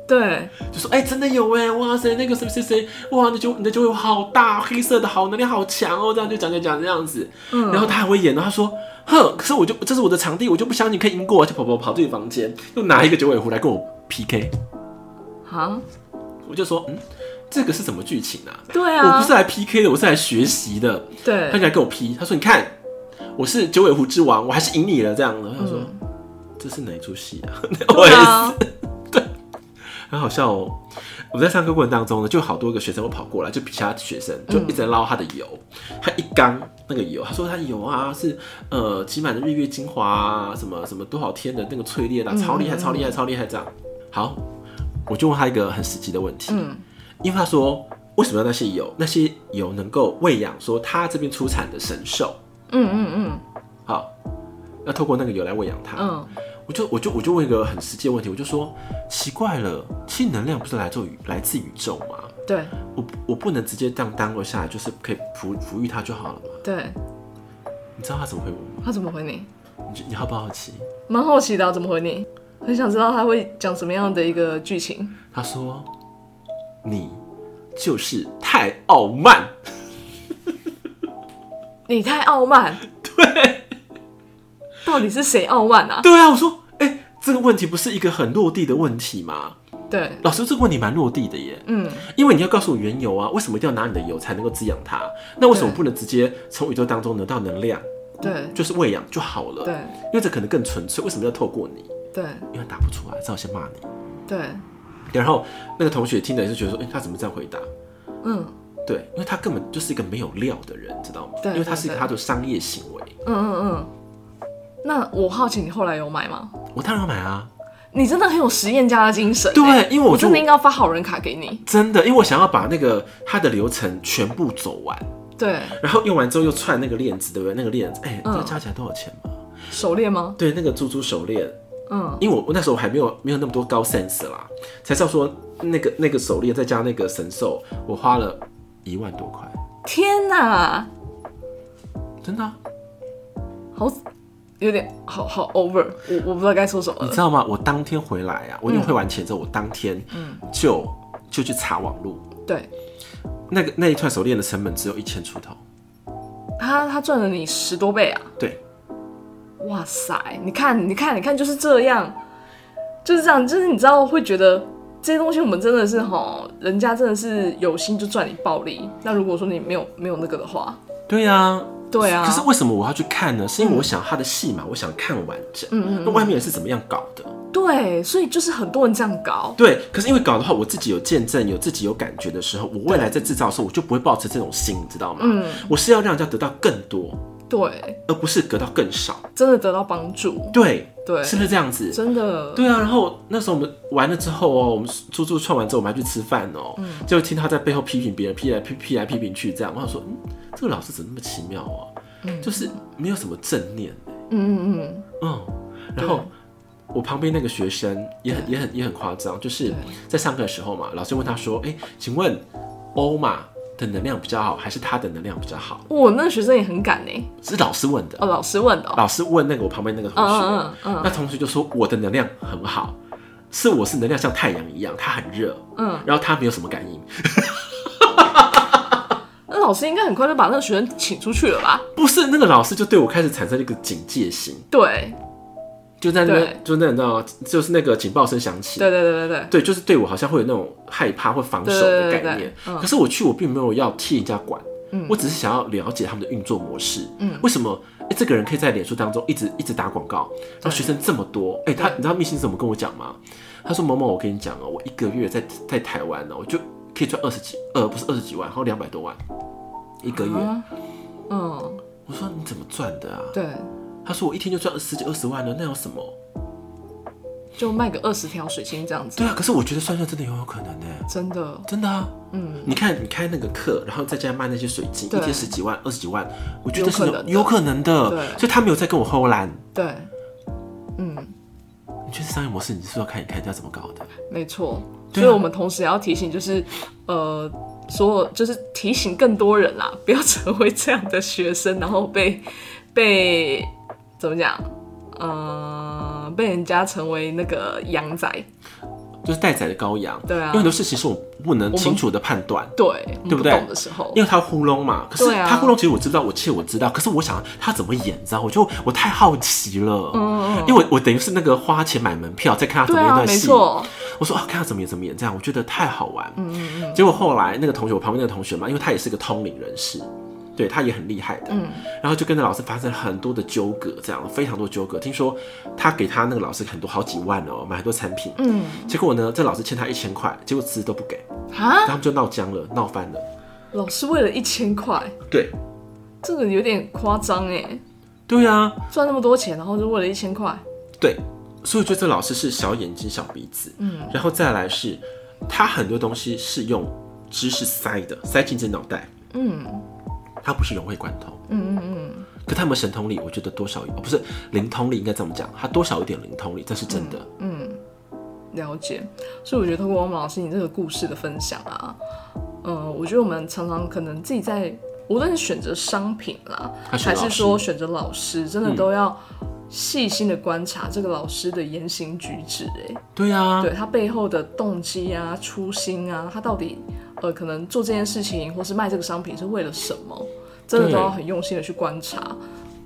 Speaker 1: 对，
Speaker 2: 就说哎、真的有哎，哇塞，那个谁谁谁，哇，那就你的就有好大，黑色的好能量好强哦，这样就讲讲讲这样子，
Speaker 1: 嗯
Speaker 2: 然后他还会演，然后他说，哼，可是我就这是我的场地，我就不相信你可以赢过我，就跑跑跑自己房间，又拿一个九尾狐来跟我 PK，
Speaker 1: 啊，
Speaker 2: 我就说，嗯，这个是什么剧情啊？
Speaker 1: 对啊，
Speaker 2: 我不是来 PK 的，我是来学习的。他就
Speaker 1: 对，
Speaker 2: 来跟我 P，他说：“你看，我是九尾狐之王，我还是赢你了。”这样的，他说：“这是哪一出戏啊？”我
Speaker 1: 嗯对
Speaker 2: 也
Speaker 1: 啊
Speaker 2: 是，，很好笑哦。我们在上课过程当中呢，就好多个学生会跑过来，就比其他学生就一直在捞他的油，他一缸那个油，他说他油啊是呃挤满了日月精华啊，什么什么多少天的那个淬炼啊，超厉害，超厉害，超厉害这样。好，我就问他一个很实际的问题，
Speaker 1: 嗯
Speaker 2: 因为他说为什么要那些油？那些油能够喂养说他这边出产的神兽，
Speaker 1: 嗯嗯
Speaker 2: 好，要透过那个油来喂养它。
Speaker 1: 嗯嗯，
Speaker 2: 我就我就我就问一个很实际的问题，我就说奇怪了，其实能量不是来自宇来自宇宙吗？
Speaker 1: 对
Speaker 2: 我我不能直接这样单落下来，就是可以哺哺育它就好了吗？
Speaker 1: 对，
Speaker 2: 你知道他怎么回我吗？
Speaker 1: 他怎么回你？
Speaker 2: 你就你好不好奇？
Speaker 1: 蛮好奇的啊、怎么回你？很想知道他会讲什么样的一个剧情。
Speaker 2: 他说你就是太傲慢。
Speaker 1: 你太傲慢，
Speaker 2: 对
Speaker 1: 到底是谁傲慢啊？
Speaker 2: 对啊，我说哎、这个问题不是一个很落地的问题吗？
Speaker 1: 对，
Speaker 2: 老师，这个问题蛮落地的耶。
Speaker 1: 嗯，
Speaker 2: 因为你要告诉我缘由啊，为什么一定要拿你的油才能够滋养它？那为什么
Speaker 1: 对
Speaker 2: 不能直接从宇宙当中得到能量，
Speaker 1: 对
Speaker 2: 就是喂养就好了？
Speaker 1: 对，
Speaker 2: 因为这可能更纯粹。为什么要透过你？
Speaker 1: 对
Speaker 2: 因为打不出来，只好先骂你。
Speaker 1: 对，
Speaker 2: 然后那个同学听了也是觉得说，哎、他怎么这样回答？
Speaker 1: 嗯
Speaker 2: 对，因为他根本就是一个没有料的人，知道吗？
Speaker 1: 对
Speaker 2: 因为他是
Speaker 1: 对对
Speaker 2: 他的商业行为。
Speaker 1: 嗯嗯嗯。那我好奇你后来有买吗？
Speaker 2: 我当然要买啊，
Speaker 1: 你真的很有实验家的精神欸、
Speaker 2: 对，因为
Speaker 1: 我
Speaker 2: 我就
Speaker 1: 真的应该要发好人卡给你。
Speaker 2: 真的，因为我想要把那个他的流程全部走完，
Speaker 1: 对，
Speaker 2: 然后用完之后又串那个链子，对不对？那个链子，哎、
Speaker 1: 嗯
Speaker 2: 这加起来多少钱嘛？
Speaker 1: 手链吗？
Speaker 2: 对，那个珠珠手链，
Speaker 1: 嗯，
Speaker 2: 因为我我那时候还没有没有那么多高 sense 啦，才知道说那个那个手链再加那个神兽，我花了一万多块，
Speaker 1: 天哪，
Speaker 2: 真的啊、
Speaker 1: 好，有点好好 over，我我不知道该说什么
Speaker 2: 你知
Speaker 1: 了。
Speaker 2: 道吗？我当天回来啊，我用汇完钱之后，我当天就就去查网路，
Speaker 1: 对，
Speaker 2: 那个那一串手链的成本只有一千出头，
Speaker 1: 他他赚了你十多倍啊！
Speaker 2: 对，
Speaker 1: 哇塞，你看，你看，你看，就是这样，就是这样，就是你知道会觉得这些东西我们真的是哈，人家真的是有心就赚你暴利。那如果说你没有没有那个的话，
Speaker 2: 对呀、啊。
Speaker 1: 对啊
Speaker 2: 可是为什么我要去看呢？是因为我想他的戏嘛，我想看完整。嗯嗯。那外面人是怎么样搞的？
Speaker 1: 对，所以就是很多人这样搞，
Speaker 2: 对。可是因为搞的话，我自己有见证，有自己有感觉的时候，我未来在制造的时候，我就不会抱持这种心，你知道吗？嗯。我是要让人家得到更多，
Speaker 1: 对，
Speaker 2: 而不是得到更少。
Speaker 1: 真的得到帮助，
Speaker 2: 对，
Speaker 1: 对，
Speaker 2: 是不是这样子？
Speaker 1: 真的，
Speaker 2: 对啊，然后那时候我们完了之后哦，我们猪猪串完之后，我们还去吃饭哦，就听他在背后批评别人，批来批批来批评去，这样，我想说，嗯，这个老师怎么那么奇妙啊？就是没有什么正念，
Speaker 1: 嗯嗯嗯，
Speaker 2: 嗯，然后我旁边那个学生也很也很也很夸张，就是在上课的时候嘛，老师问他说，哎，请问欧玛的能量比较好，还是他的能量比较好？
Speaker 1: 我那个学生也很敢呢，
Speaker 2: 是老师问的，
Speaker 1: 哦，老师问的、哦，
Speaker 2: 老师问那个我旁边那个同学，
Speaker 1: 嗯嗯嗯
Speaker 2: 那同学就说我的能量很好，是我是能量像太阳一样，它很热，
Speaker 1: 嗯，
Speaker 2: 然后他没有什么感应，
Speaker 1: 那老师应该很快就把那个学生请出去了吧？
Speaker 2: 不是那个老师就对我开始产生了一个警戒心，
Speaker 1: 对，
Speaker 2: 就在那
Speaker 1: 对
Speaker 2: 边，就那你知道吗，就是那个警报声响起，
Speaker 1: 对对对对对，
Speaker 2: 对，就是对我好像会有那种害怕或防守的概
Speaker 1: 对对对
Speaker 2: 念
Speaker 1: 对。嗯
Speaker 2: 可是我去，我并没有要替人家管，我只是想要了解他们的运作模式。嗯，为什么？哎、这个人可以在脸书当中一直一直打广告，然后学生这么多。哎、他
Speaker 1: 对
Speaker 2: 你知道密信是怎么跟我讲吗？他说某某，我跟你讲哦、我一个月在在台湾哦、我就可以赚二十几，呃，不是二十几万，然后两百多万一个月。
Speaker 1: 啊嗯，
Speaker 2: 我说你怎么赚的啊？
Speaker 1: 对，
Speaker 2: 他说我一天就赚十几二十万了，那有什么？
Speaker 1: 就卖个二十条水晶这样子
Speaker 2: 对，啊，可是我觉得算算真的有有可能呢、
Speaker 1: 真的，
Speaker 2: 真的啊。
Speaker 1: 嗯，
Speaker 2: 你看，你开那个课，然后再加上卖那些水晶，
Speaker 1: 对
Speaker 2: 一天十几万、二十几万，我觉得是
Speaker 1: 有可能的
Speaker 2: 有可能的。
Speaker 1: 对
Speaker 2: 所以他没有在跟我偷懒。
Speaker 1: 对，嗯，
Speaker 2: 你觉得商业模式，你是不是要看一看人家怎么搞的？
Speaker 1: 没错。
Speaker 2: 对
Speaker 1: 所以
Speaker 2: 啊
Speaker 1: 我们同时也要提醒，就是呃，所有就是提醒更多人啦，不要成为这样的学生，然后被被怎么讲，呃，被人家成为那个羊仔。
Speaker 2: 就是待宰的羔羊。
Speaker 1: 对啊
Speaker 2: 因为很多事情是我不能清楚的判断，
Speaker 1: 对，
Speaker 2: 对
Speaker 1: 不
Speaker 2: 不对
Speaker 1: 懂的时候，
Speaker 2: 因为他糊弄嘛。可是
Speaker 1: 对啊
Speaker 2: 他糊弄，其实我知道，我其实我知道，可是我想他怎么演，你知道？我就我太好奇了，因为我我等于是那个花钱买门票，再看他
Speaker 1: 嗯
Speaker 2: 怎
Speaker 1: 对
Speaker 2: 么演
Speaker 1: 啊，
Speaker 2: 那
Speaker 1: 没
Speaker 2: 戏。
Speaker 1: 错，
Speaker 2: 我说啊，看他怎么演怎么演，这样我觉得太好玩。嗯嗯结果后来那个同学，我旁边那个同学嘛，因为他也是个通灵人士，对他也很厉害的。嗯。然后就跟着老师发生很多的纠葛，这样非常多纠葛。听说他给他那个老师很多好几万哦、买很多产品。
Speaker 1: 嗯，
Speaker 2: 结果呢，这老师欠他一千块，结果辞职都不给，
Speaker 1: 啊，
Speaker 2: 他们就闹僵了，闹翻了。
Speaker 1: 老师为了一千块，
Speaker 2: 对。
Speaker 1: 这个有点夸张哎，
Speaker 2: 对啊，
Speaker 1: 赚那么多钱，然后就为了一千块，
Speaker 2: 对，所以我觉得这老师是小眼睛小鼻子，嗯，然后再来是，他很多东西是用知识塞的，塞进这脑袋，
Speaker 1: 嗯
Speaker 2: 他不是融会贯通。
Speaker 1: 嗯嗯嗯，
Speaker 2: 可他们神通力，我觉得多少有，哦不是灵通力，应该这么讲，他多少有点灵通力，这是真的。
Speaker 1: 嗯了解。所以我觉得通过汪老师你这个故事的分享啊，呃，我觉得我们常常可能自己在无论是选择商品啦，
Speaker 2: 还是
Speaker 1: 还
Speaker 2: 老
Speaker 1: 是
Speaker 2: 师
Speaker 1: 说选择老师，真的都要细心的观察这个老师的言行举止、欸，
Speaker 2: 对啊，
Speaker 1: 对他背后的动机啊、初心啊，他到底呃可能做这件事情或是卖这个商品是为了什么，真的
Speaker 2: 对
Speaker 1: 都要很用心的去观察，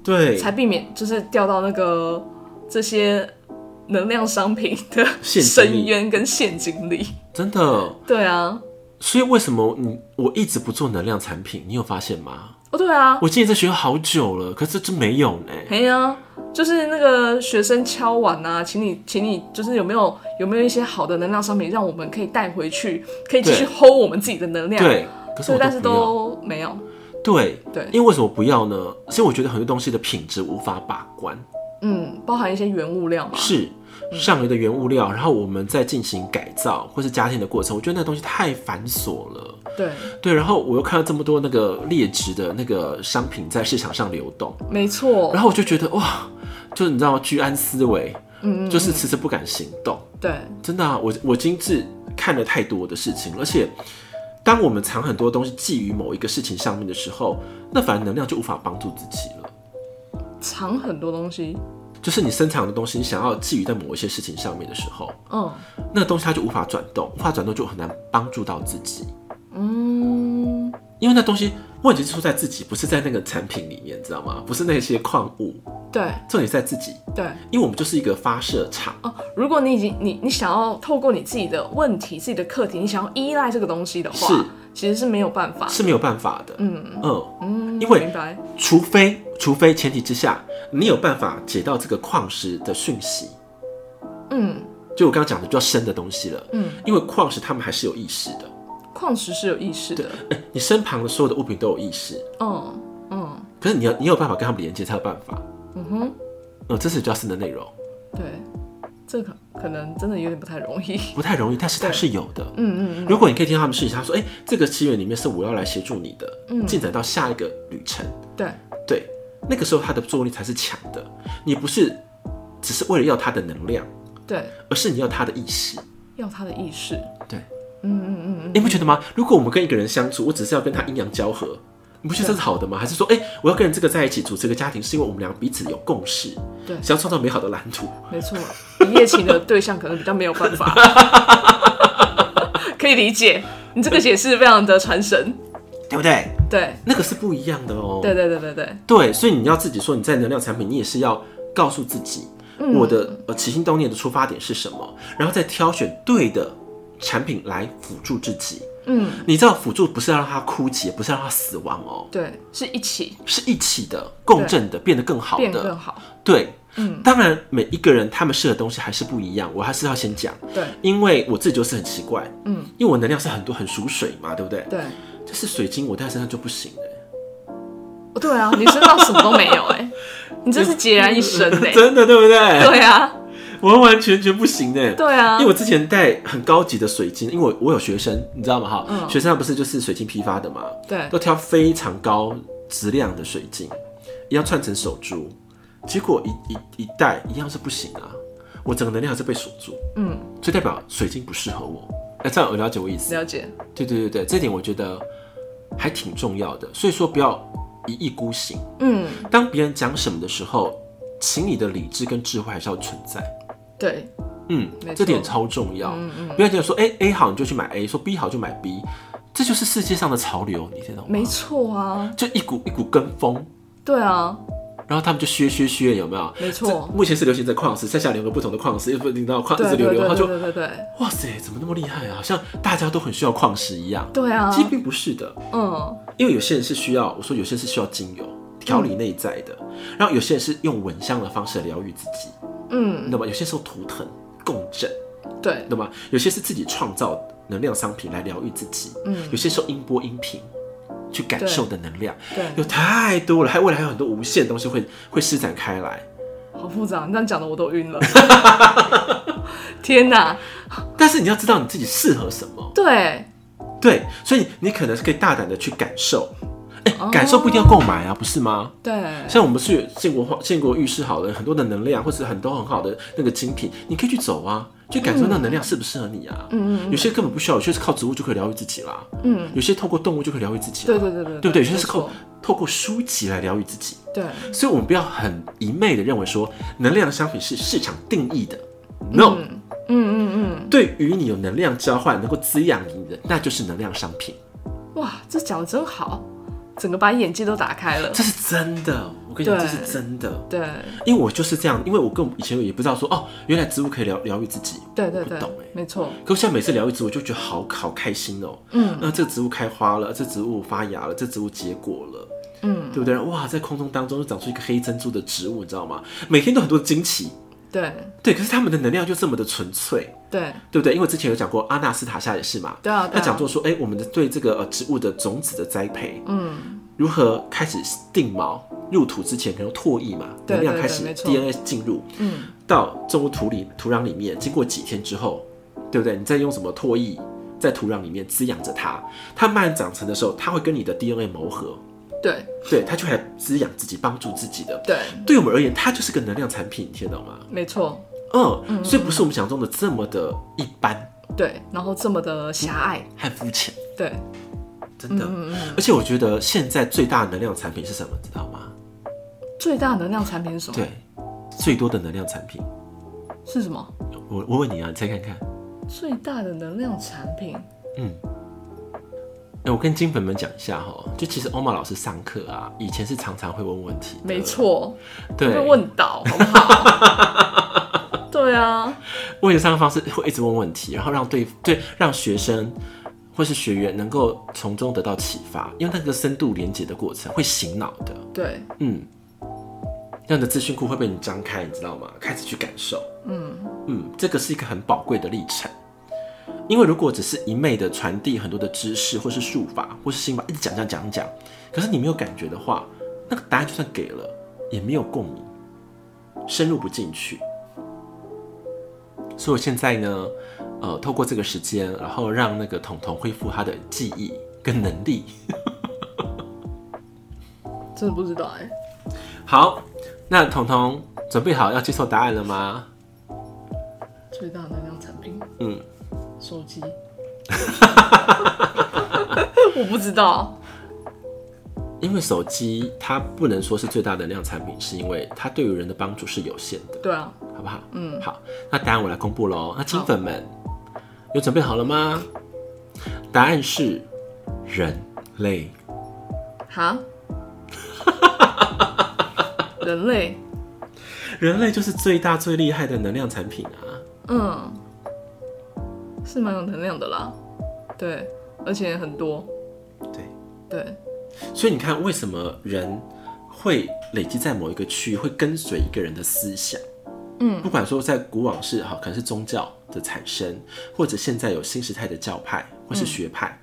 Speaker 2: 对，
Speaker 1: 才避免就是掉到那个这些能量商品的
Speaker 2: 陷阱里
Speaker 1: 深渊跟陷阱里。
Speaker 2: 真的。
Speaker 1: 对啊，
Speaker 2: 所以为什么你我一直不做能量产品？你有发现吗？
Speaker 1: 哦对啊，
Speaker 2: 我今年在学校好久了，可是这没欸有呢。
Speaker 1: 哎呀，就是那个学生敲碗啊，请你，请你，就是有没有有没有一些好的能量商品，让我们可以带回去，可以继续
Speaker 2: 对
Speaker 1: hold 我们自己的能量。
Speaker 2: 对，可是
Speaker 1: 对，
Speaker 2: 我
Speaker 1: 但是
Speaker 2: 不要。
Speaker 1: 都没有。
Speaker 2: 对
Speaker 1: 对
Speaker 2: 因为为什么不要呢？是我觉得很多东西的品质无法把关，
Speaker 1: 嗯，包含一些原物料嘛。
Speaker 2: 是上游的原物料，然后我们在进行改造或是加添的过程，我觉得那东西太繁琐了。
Speaker 1: 对，
Speaker 2: 对，然后我又看到这么多那个劣质的那个商品在市场上流动，
Speaker 1: 没错
Speaker 2: 然。后我就觉得哇，就是你知道吗？居安思危，嗯，就是迟迟不敢行动。
Speaker 1: 对，
Speaker 2: 真的啊，我我今是看了太多的事情，而且当我们藏很多东西寄于某一个事情上面的时候，那反而能量就无法帮助自己了。
Speaker 1: 藏很多东西。
Speaker 2: 就是你深藏的东西，你想要寄予在某一些事情上面的时候，
Speaker 1: 嗯
Speaker 2: 那个东西它就无法转动，无法转动就很难帮助到自己，
Speaker 1: 嗯，
Speaker 2: 因为那东西问题是出在自己，不是在那个产品里面，你知道吗？不是那些矿物，
Speaker 1: 对
Speaker 2: 重点是在自己，
Speaker 1: 对。
Speaker 2: 因为我们就是一个发射场。
Speaker 1: 哦，如果你已经你你想要透过你自己的问题、自己的课题，你想要依赖这个东西的话
Speaker 2: 是，
Speaker 1: 其实是没有办法。
Speaker 2: 是没有办法的，嗯嗯，因为
Speaker 1: 明白。
Speaker 2: 除非除非前提之下，你有办法解到这个矿石的讯息，
Speaker 1: 嗯，
Speaker 2: 就我刚刚讲的比较深的东西了，嗯，因为矿石他们还是有意识的，
Speaker 1: 矿石是有意识的。
Speaker 2: 哎、你身旁的所有的物品都有意识，
Speaker 1: 嗯嗯，
Speaker 2: 可是你要你有办法跟他们连接才有办法，
Speaker 1: 嗯哼，
Speaker 2: 嗯，这是比较深的内容，
Speaker 1: 对，这可可能真的有点不太容易。
Speaker 2: 不太容易，但是它
Speaker 1: 对
Speaker 2: 是有的。
Speaker 1: 嗯嗯，
Speaker 2: 如果你可以听到他们事情，他说：“哎、这个机缘里面是我要来协助你的，
Speaker 1: 嗯
Speaker 2: 进展到下一个旅程。
Speaker 1: 对，”
Speaker 2: 对，那个时候它的作用力才是强的。你不是只是为了要它的能量，
Speaker 1: 对，
Speaker 2: 而是你要它的意识。
Speaker 1: 要他的意识。
Speaker 2: 对，嗯嗯嗯，你不觉得吗？如果我们跟一个人相处，我只是要跟他阴阳交合，你不觉得这是好的吗？还是说，哎、我要跟这个在一起组成一个家庭，是因为我们俩彼此有共识，
Speaker 1: 对
Speaker 2: 想要创造美好的蓝图。
Speaker 1: 没错，一夜情的对象可能比较没有办法， 可以理解。你这个解释非常的传神，
Speaker 2: 对不对？
Speaker 1: 对，
Speaker 2: 那个是不一样的哦、
Speaker 1: 对对对对对，
Speaker 2: 对，所以你要自己说你在能量产品，你也是要告诉自己，
Speaker 1: 嗯
Speaker 2: 我的呃起心动念的出发点是什么，然后再挑选对的产品来辅助自己。
Speaker 1: 嗯，
Speaker 2: 你知道辅助不是要让他枯竭，不是要让他死亡哦，
Speaker 1: 对，是一起
Speaker 2: 是一起的、共振的，变得更好
Speaker 1: 变更
Speaker 2: 的。
Speaker 1: 好，嗯
Speaker 2: 对，当然每一个人他们适合的东西还是不一样，我还是要先讲，
Speaker 1: 对
Speaker 2: 因为我自己就是很奇怪，
Speaker 1: 嗯，
Speaker 2: 因为我能量是很多很属水嘛，对不对？
Speaker 1: 对，
Speaker 2: 就是水晶我戴在身上就不行哎、
Speaker 1: 哦对啊，你身上什么都没有哎、你真是孑然一身哎、
Speaker 2: 真的对不对？
Speaker 1: 对啊，
Speaker 2: 完完全全不行哎、
Speaker 1: 对啊
Speaker 2: 因为，我之前戴很高级的水晶，因为我我有学生，你知道吗？哈、
Speaker 1: 嗯
Speaker 2: 学生他不是就是水晶批发的嘛，
Speaker 1: 对
Speaker 2: 都挑非常高质量的水晶，一样串成手珠，结果一一一戴一样是不行啊，我整个能量还是被锁住，
Speaker 1: 嗯，
Speaker 2: 所以代表水晶不适合我。那这样有了解我意思？
Speaker 1: 了解，
Speaker 2: 对对对对，这点我觉得还挺重要的，所以说不要一意孤行。
Speaker 1: 嗯，
Speaker 2: 当别人讲什么的时候，请你的理智跟智慧还是要存在。
Speaker 1: 对，
Speaker 2: 嗯
Speaker 1: 没错，嗯
Speaker 2: 这点超重要。不要觉得说，哎、a 好你就去买 A，说 B 好就买 B，这就是世界上的潮流，你知道吗？
Speaker 1: 没错啊，
Speaker 2: 就一股一股跟风，
Speaker 1: 对啊，
Speaker 2: 然后他们就削削削，有没有？
Speaker 1: 没错
Speaker 2: 这目前是流行在矿石，剩下两个不同的矿石，又不你知道矿
Speaker 1: 对
Speaker 2: 一直
Speaker 1: 对
Speaker 2: 流
Speaker 1: 对
Speaker 2: 流，他
Speaker 1: 对
Speaker 2: 就
Speaker 1: 对对对，
Speaker 2: 哇塞，怎么那么厉害啊？好像大家都很需要矿石一样。
Speaker 1: 对啊
Speaker 2: 其，实并不是的，
Speaker 1: 嗯，
Speaker 2: 因为有些人是需要，我说有些人是需要精油调理内在的，然后有些人是用蚊香的方式来疗愈自己，
Speaker 1: 嗯，
Speaker 2: 那么有些时候图腾共振，
Speaker 1: 对，
Speaker 2: 那么有些是自己创造能量商品来疗愈自己，
Speaker 1: 嗯
Speaker 2: 有些时候音波音频去感
Speaker 1: 对
Speaker 2: 受的能量，有
Speaker 1: 对，
Speaker 2: 太多了，还未来还有很多无限的东西会会施展开来。
Speaker 1: 好复杂，你这样讲的我都晕了。 天哪，
Speaker 2: 但是你要知道你自己适合什么，
Speaker 1: 对，
Speaker 2: 对，所以你可能是可以大胆的去感受，哎、
Speaker 1: 哦
Speaker 2: 感受不一定要购买啊，不是吗？
Speaker 1: 对，
Speaker 2: 像我们去建国花建国浴室好了，很多的能量或是很多很好的那个精品，你可以去走啊，去感受那能量适不适合你啊。
Speaker 1: 嗯嗯
Speaker 2: 有些根本不需要，有些是靠植物就可以疗愈自己啦，
Speaker 1: 嗯，
Speaker 2: 有些透过动物就可以疗愈自己啊啦，
Speaker 1: 对对对对，
Speaker 2: 对不对？有些
Speaker 1: 没
Speaker 2: 是靠
Speaker 1: 错
Speaker 2: 透过书籍来疗愈自己，
Speaker 1: 对，
Speaker 2: 所以我们不要很一昧的认为说能量商品是市场定义的。No，、
Speaker 1: 嗯嗯嗯，
Speaker 2: 对于你有能量交换，能够滋养你的，那就是能量商品，
Speaker 1: 哇，这讲的真好，整个把眼界都打开了。
Speaker 2: 这是真的。我跟你讲，这
Speaker 1: 对
Speaker 2: 是真的，
Speaker 1: 对
Speaker 2: 因为我就是这样，因为我跟我以前也不知道说哦，原来植物可以疗疗愈自己。
Speaker 1: 对对对
Speaker 2: 不懂欸，
Speaker 1: 没错，
Speaker 2: 可我现在每次疗愈植物，就觉得好好开心哦、
Speaker 1: 嗯
Speaker 2: 那这个植物开花了，这植物发芽了，这植物结果了，
Speaker 1: 嗯，
Speaker 2: 对不对？哇，在空中当中就长出一个黑珍珠的植物，你知道吗？每天都很多惊奇。
Speaker 1: 对
Speaker 2: 对，可是它们的能量就这么的纯粹，
Speaker 1: 对
Speaker 2: 对不对？因为之前有讲过阿纳斯塔夏也是嘛，
Speaker 1: 对啊，对
Speaker 2: 他
Speaker 1: 啊
Speaker 2: 讲座说，哎、我们的对这个呃植物的种子的栽培，
Speaker 1: 嗯，
Speaker 2: 如何开始定毛入土之前，可能用唾液嘛，
Speaker 1: 对
Speaker 2: 能量
Speaker 1: 对
Speaker 2: 开
Speaker 1: 对
Speaker 2: 始
Speaker 1: 没错
Speaker 2: DNA 进入，
Speaker 1: 嗯，
Speaker 2: 到种物土里土壤里面，经过几天之后，对不对？你再用什么唾液在土壤里面滋养着它，它慢慢长成的时候，它会跟你的 DNA 磨合，
Speaker 1: 对
Speaker 2: 对，它就来滋养自己，帮助自己的。
Speaker 1: 对，
Speaker 2: 对我们而言，它就是个能量产品，你听得懂吗？
Speaker 1: 没错，
Speaker 2: 嗯，所以不是我们想象中的这么的一般
Speaker 1: 对，然后这么的狭隘，
Speaker 2: 和肤浅，
Speaker 1: 对，嗯
Speaker 2: 真的。而且我觉得现在最大的能量产品是什么，知道吗？
Speaker 1: 最大能量产品是什么？
Speaker 2: 对，最多的能量产品，
Speaker 1: 是什么？
Speaker 2: 我我问你啊，你猜看看。
Speaker 1: 最大的能量产品，
Speaker 2: 嗯，哎、我跟金粉们讲一下哈，就其实欧玛老师上课啊，以前是常常会问问题，
Speaker 1: 没，错，
Speaker 2: 对
Speaker 1: 会，问倒，好不好？ 对啊，
Speaker 2: 问上的方式会一直问问题，然后让对对让学生或是学员能够从中得到启发，因为那个深度连接的过程会醒脑的，
Speaker 1: 对，
Speaker 2: 嗯，让你的资讯库会被你张开，你知道吗？开始去感受，
Speaker 1: 嗯，
Speaker 2: 嗯，这个是一个很宝贵的历程。因为如果只是一昧的传递很多的知识，或是术法，或是心法，一直讲讲讲讲，可是你没有感觉的话，那个答案就算给了，也没有共鸣，深入不进去。所以我现在呢，呃，透过这个时间，然后让那个彤彤恢复他的记忆跟能力。
Speaker 1: 真的不知道哎、
Speaker 2: 好，那彤彤准备好要接受答案了吗？
Speaker 1: 最大能量产品，
Speaker 2: 嗯，
Speaker 1: 手机， 我不知道，
Speaker 2: 因为手机它不能说是最大能量产品，是因为它对于人的帮助是有限的，
Speaker 1: 对啊，
Speaker 2: 好不好？
Speaker 1: 嗯，
Speaker 2: 好，那答案我来公布喽。那金粉们有准备好了吗？答案是人类。
Speaker 1: 哈，人类，
Speaker 2: 人类就是最大最厉害的能量产品啊！
Speaker 1: 嗯，是蛮有能量的啦，对，而且很多，
Speaker 2: 对，
Speaker 1: 对，
Speaker 2: 所以你看，为什么人会累积在某一个区域，会跟随一个人的思想？
Speaker 1: 嗯
Speaker 2: 不管说在古往是好，可能是宗教的产生，或者现在有新时代的教派或是学
Speaker 1: 嗯
Speaker 2: 派，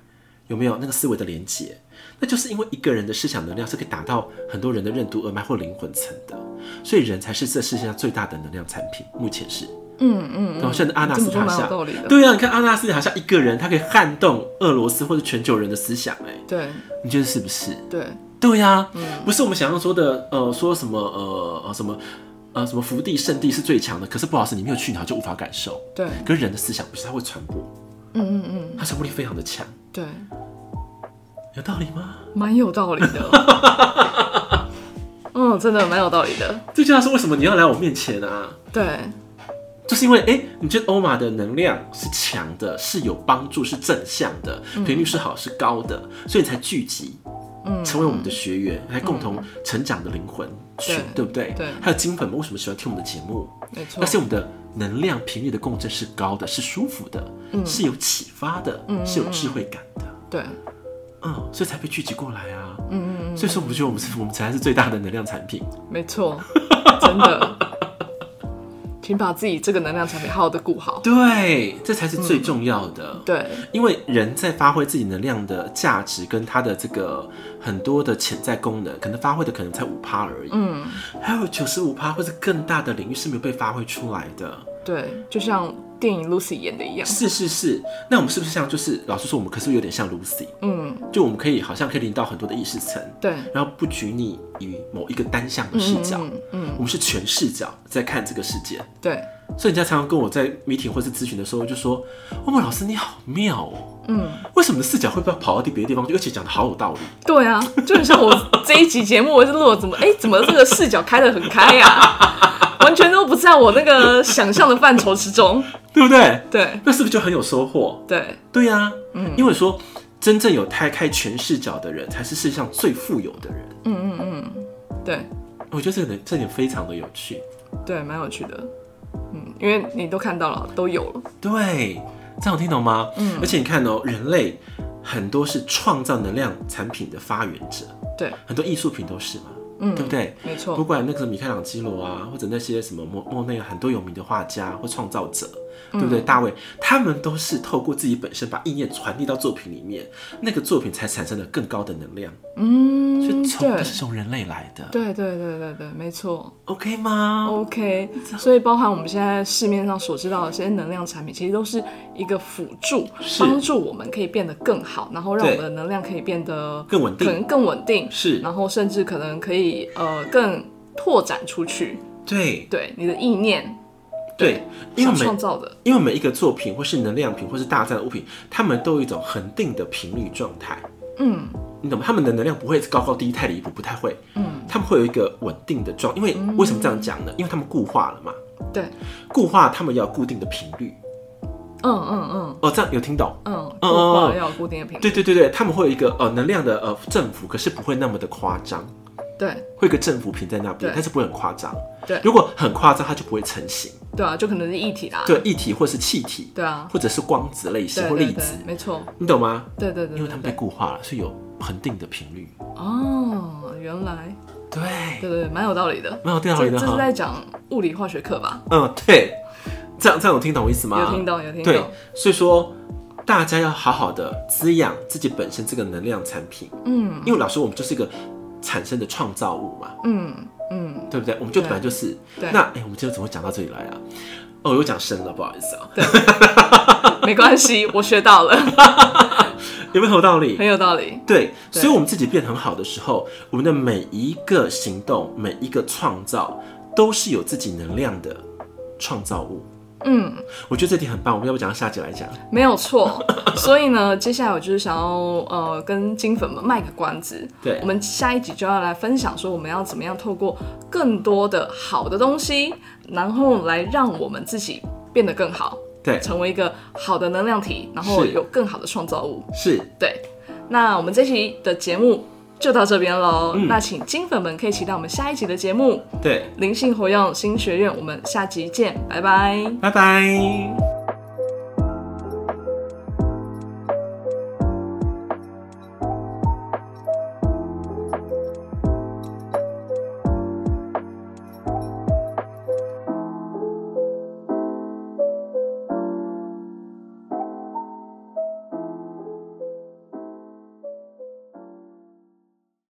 Speaker 2: 有没有那个思维的连结？那就是因为一个人的思想能量是可以打到很多人的任督二脉或灵魂层的，所以人才是这世界上最大的能量产品。目前是，
Speaker 1: 嗯嗯
Speaker 2: 然后
Speaker 1: 嗯，
Speaker 2: 像阿纳斯塔
Speaker 1: 这么说蛮
Speaker 2: 夏
Speaker 1: 有道理的，
Speaker 2: 对啊，你看阿纳斯塔夏一个人，他可以撼动俄罗斯或者全球人的思想、哎，
Speaker 1: 对
Speaker 2: 你觉得是不是？
Speaker 1: 对，
Speaker 2: 对呀、
Speaker 1: 嗯
Speaker 2: 不是我们想象说的，呃，说什么呃呃什么呃什么福地圣地是最强的，可是不好意思，你没有去，你好像就无法感受。
Speaker 1: 对，
Speaker 2: 可是人的思想不是，它会传播，
Speaker 1: 嗯嗯嗯，
Speaker 2: 它传播力非常的强，
Speaker 1: 对，
Speaker 2: 有道理吗？
Speaker 1: 蛮有道理的， 嗯，真的蛮有道理的，
Speaker 2: 这就是为什么你要来我面前啊？
Speaker 1: 对，
Speaker 2: 就是因为哎、诶你觉得欧玛的能量是强的，是有帮助，是正向的，
Speaker 1: 嗯
Speaker 2: 频率是好，是高的，所以你才聚集，嗯，成为我们的学员，来共同成长的灵魂群，
Speaker 1: 嗯对
Speaker 2: 对不对？
Speaker 1: 对
Speaker 2: 还有金粉们为什么喜欢听我们的节目？
Speaker 1: 没错
Speaker 2: 而，且我们的能量频率的共振是高的，是舒服的，是有启发的，是有智慧感的。
Speaker 1: 对，
Speaker 2: 嗯，所以才被聚集过来啊。嗯嗯所以说，我们觉得我们是我们才是最大的能量产品。
Speaker 1: 嗯没错，真 的，请把自己这个能量产品好好的顾好。
Speaker 2: 对，嗯这才是最重要的。
Speaker 1: 对，
Speaker 2: 因为人在发挥自己能量的价值跟他的这个很多的潜在功能，可能发挥的可能才五趴而已。嗯，还有九十五趴或者更大的领域是没有被发挥出来的。
Speaker 1: 对，就像电影 Lucy 演的一样，
Speaker 2: 是是是，那我们是不是像就是老实说，我们可是有点像 Lucy，
Speaker 1: 嗯，
Speaker 2: 就我们可以好像可以领到很多的意识层，
Speaker 1: 对，
Speaker 2: 然后不局限于某一个单向的视角，
Speaker 1: 嗯嗯，
Speaker 2: 我们是全视角在看这个世界。
Speaker 1: 对，
Speaker 2: 所以人家常常跟我在 meeting 或是咨询的时候就说：“欧梦老师你好妙哦，
Speaker 1: 嗯，
Speaker 2: 为什么你的视角会不会跑到别的地方去？而且讲的好有道理。
Speaker 1: 对啊，就很像我这一集节目，我是录了怎么，哎、怎么这个视角开得很开呀、 完全都不在我那个想象的范畴之中。
Speaker 2: 对不对？
Speaker 1: 对，
Speaker 2: 那是不是就很有收获？
Speaker 1: 对，
Speaker 2: 对呀、嗯，因为说真正有开开全视角的人，才是世界上最富有的人。
Speaker 1: 对，
Speaker 2: 我觉得这个人这点非常的有趣。
Speaker 1: 对，蛮有趣的。嗯，因为你都看到了，都有了。
Speaker 2: 对，这样有听懂吗？嗯，而且你看哦、人类很多是创造能量产品的发源者，
Speaker 1: 对，
Speaker 2: 很多艺术品都是嘛，嗯，对不对？
Speaker 1: 没
Speaker 2: 不
Speaker 1: 错，
Speaker 2: 管那个米开朗基罗啊，或者那些什么莫莫内很多有名的画家或创造者，
Speaker 1: 嗯
Speaker 2: 对不对？大卫他们都是透过自己本身把意念传递到作品里面，那个作品才产生了更高的能量，
Speaker 1: 嗯，
Speaker 2: 所以从
Speaker 1: 对
Speaker 2: 都，是从人类来的
Speaker 1: 对，对，对，对，对，没错。
Speaker 2: ，OK
Speaker 1: 哦
Speaker 2: 吗？
Speaker 1: OK，所以包含我们现在市面上所知道的这些能量产品，其实都是一个辅助，
Speaker 2: 是
Speaker 1: 帮助我们可以变得更好，然后让我
Speaker 2: 对
Speaker 1: 们的能量可以变得
Speaker 2: 更稳定
Speaker 1: 可能更稳定，
Speaker 2: 是
Speaker 1: 然后甚至可能可以呃更拓展出去，
Speaker 2: 对
Speaker 1: 对你的意念，
Speaker 2: 对，因
Speaker 1: 想
Speaker 2: 为每
Speaker 1: 创造的，
Speaker 2: 因为每一个作品或是能量品或是大战物品，他们都有一种恒定的频率状态，
Speaker 1: 嗯，
Speaker 2: 你懂吗？他们的能量不会高高低低太离谱，不太会，嗯，他们会有一个稳定的状，因为为什么这样讲呢？因为他们固化了嘛。
Speaker 1: 对，
Speaker 2: 固化他们要有固定的频率
Speaker 1: 嗯嗯嗯
Speaker 2: 哦，这样有听懂？
Speaker 1: 嗯，
Speaker 2: 嗯
Speaker 1: 固化
Speaker 2: 嗯
Speaker 1: 要有固定的频率，
Speaker 2: 对对对对，他们会有一个呃能量的呃振幅，可是不会那么的夸张，
Speaker 1: 对
Speaker 2: 会有一个振幅平在那
Speaker 1: 对，
Speaker 2: 边但是不会很夸张。
Speaker 1: 对
Speaker 2: 如果很夸张，它就不会成型。
Speaker 1: 对啊，就可能是一体啦，
Speaker 2: 对，液体或是气体，
Speaker 1: 对啊，
Speaker 2: 或者是光子类型
Speaker 1: 对
Speaker 2: 或
Speaker 1: 对
Speaker 2: 粒
Speaker 1: 对
Speaker 2: 子，，
Speaker 1: 没错，
Speaker 2: 你懂吗？
Speaker 1: 对对对，
Speaker 2: 因为他们
Speaker 1: 对
Speaker 2: 被
Speaker 1: 对
Speaker 2: 固化了，所以有恒定的频率。
Speaker 1: 哦，原来
Speaker 2: 对，
Speaker 1: 对对对，蛮有道理的。
Speaker 2: 蛮有道
Speaker 1: 这
Speaker 2: 理的
Speaker 1: 这是
Speaker 2: 哈。
Speaker 1: 在讲物理化学课吧？
Speaker 2: 嗯，对，这样这样有听懂我意思吗？
Speaker 1: 有听懂，有听
Speaker 2: 对
Speaker 1: 懂。，
Speaker 2: 所以说大家要好好的滋养自己本身这个能量产品。
Speaker 1: 嗯
Speaker 2: 因为老师我们就是一个产生的创造物嘛，
Speaker 1: 嗯嗯，
Speaker 2: 对不对？我们就
Speaker 1: 对
Speaker 2: 本来就是。
Speaker 1: 对
Speaker 2: 那哎、我们今天怎么会讲到这里来啊？哦，有讲深了，不好意思啊，
Speaker 1: 没关系，我学到了，
Speaker 2: 有没有道理
Speaker 1: 很？有道理。
Speaker 2: 对，
Speaker 1: 对
Speaker 2: 所以我们自己变很好的时候，我们的每一个行动、每一个创造，都是有自己能量的创造物。
Speaker 1: 嗯，
Speaker 2: 我觉得这题很棒，我们要不要讲到下集来讲？
Speaker 1: 没有错。 所以呢，接下来我就是想要呃跟金粉们卖个关子，
Speaker 2: 对
Speaker 1: 我们下一集就要来分享说我们要怎么样透过更多的好的东西，然后来让我们自己变得更好，
Speaker 2: 对，
Speaker 1: 成为一个好的能量体，然后
Speaker 2: 是
Speaker 1: 有更好的创造物。
Speaker 2: 是，
Speaker 1: 对，那我们这期的节目就到这边喽。
Speaker 2: 嗯
Speaker 1: 那请金粉们可以期待我们下一集的节目
Speaker 2: 对，
Speaker 1: 《灵性活用新学院》，我们下集见，拜拜。
Speaker 2: 拜拜。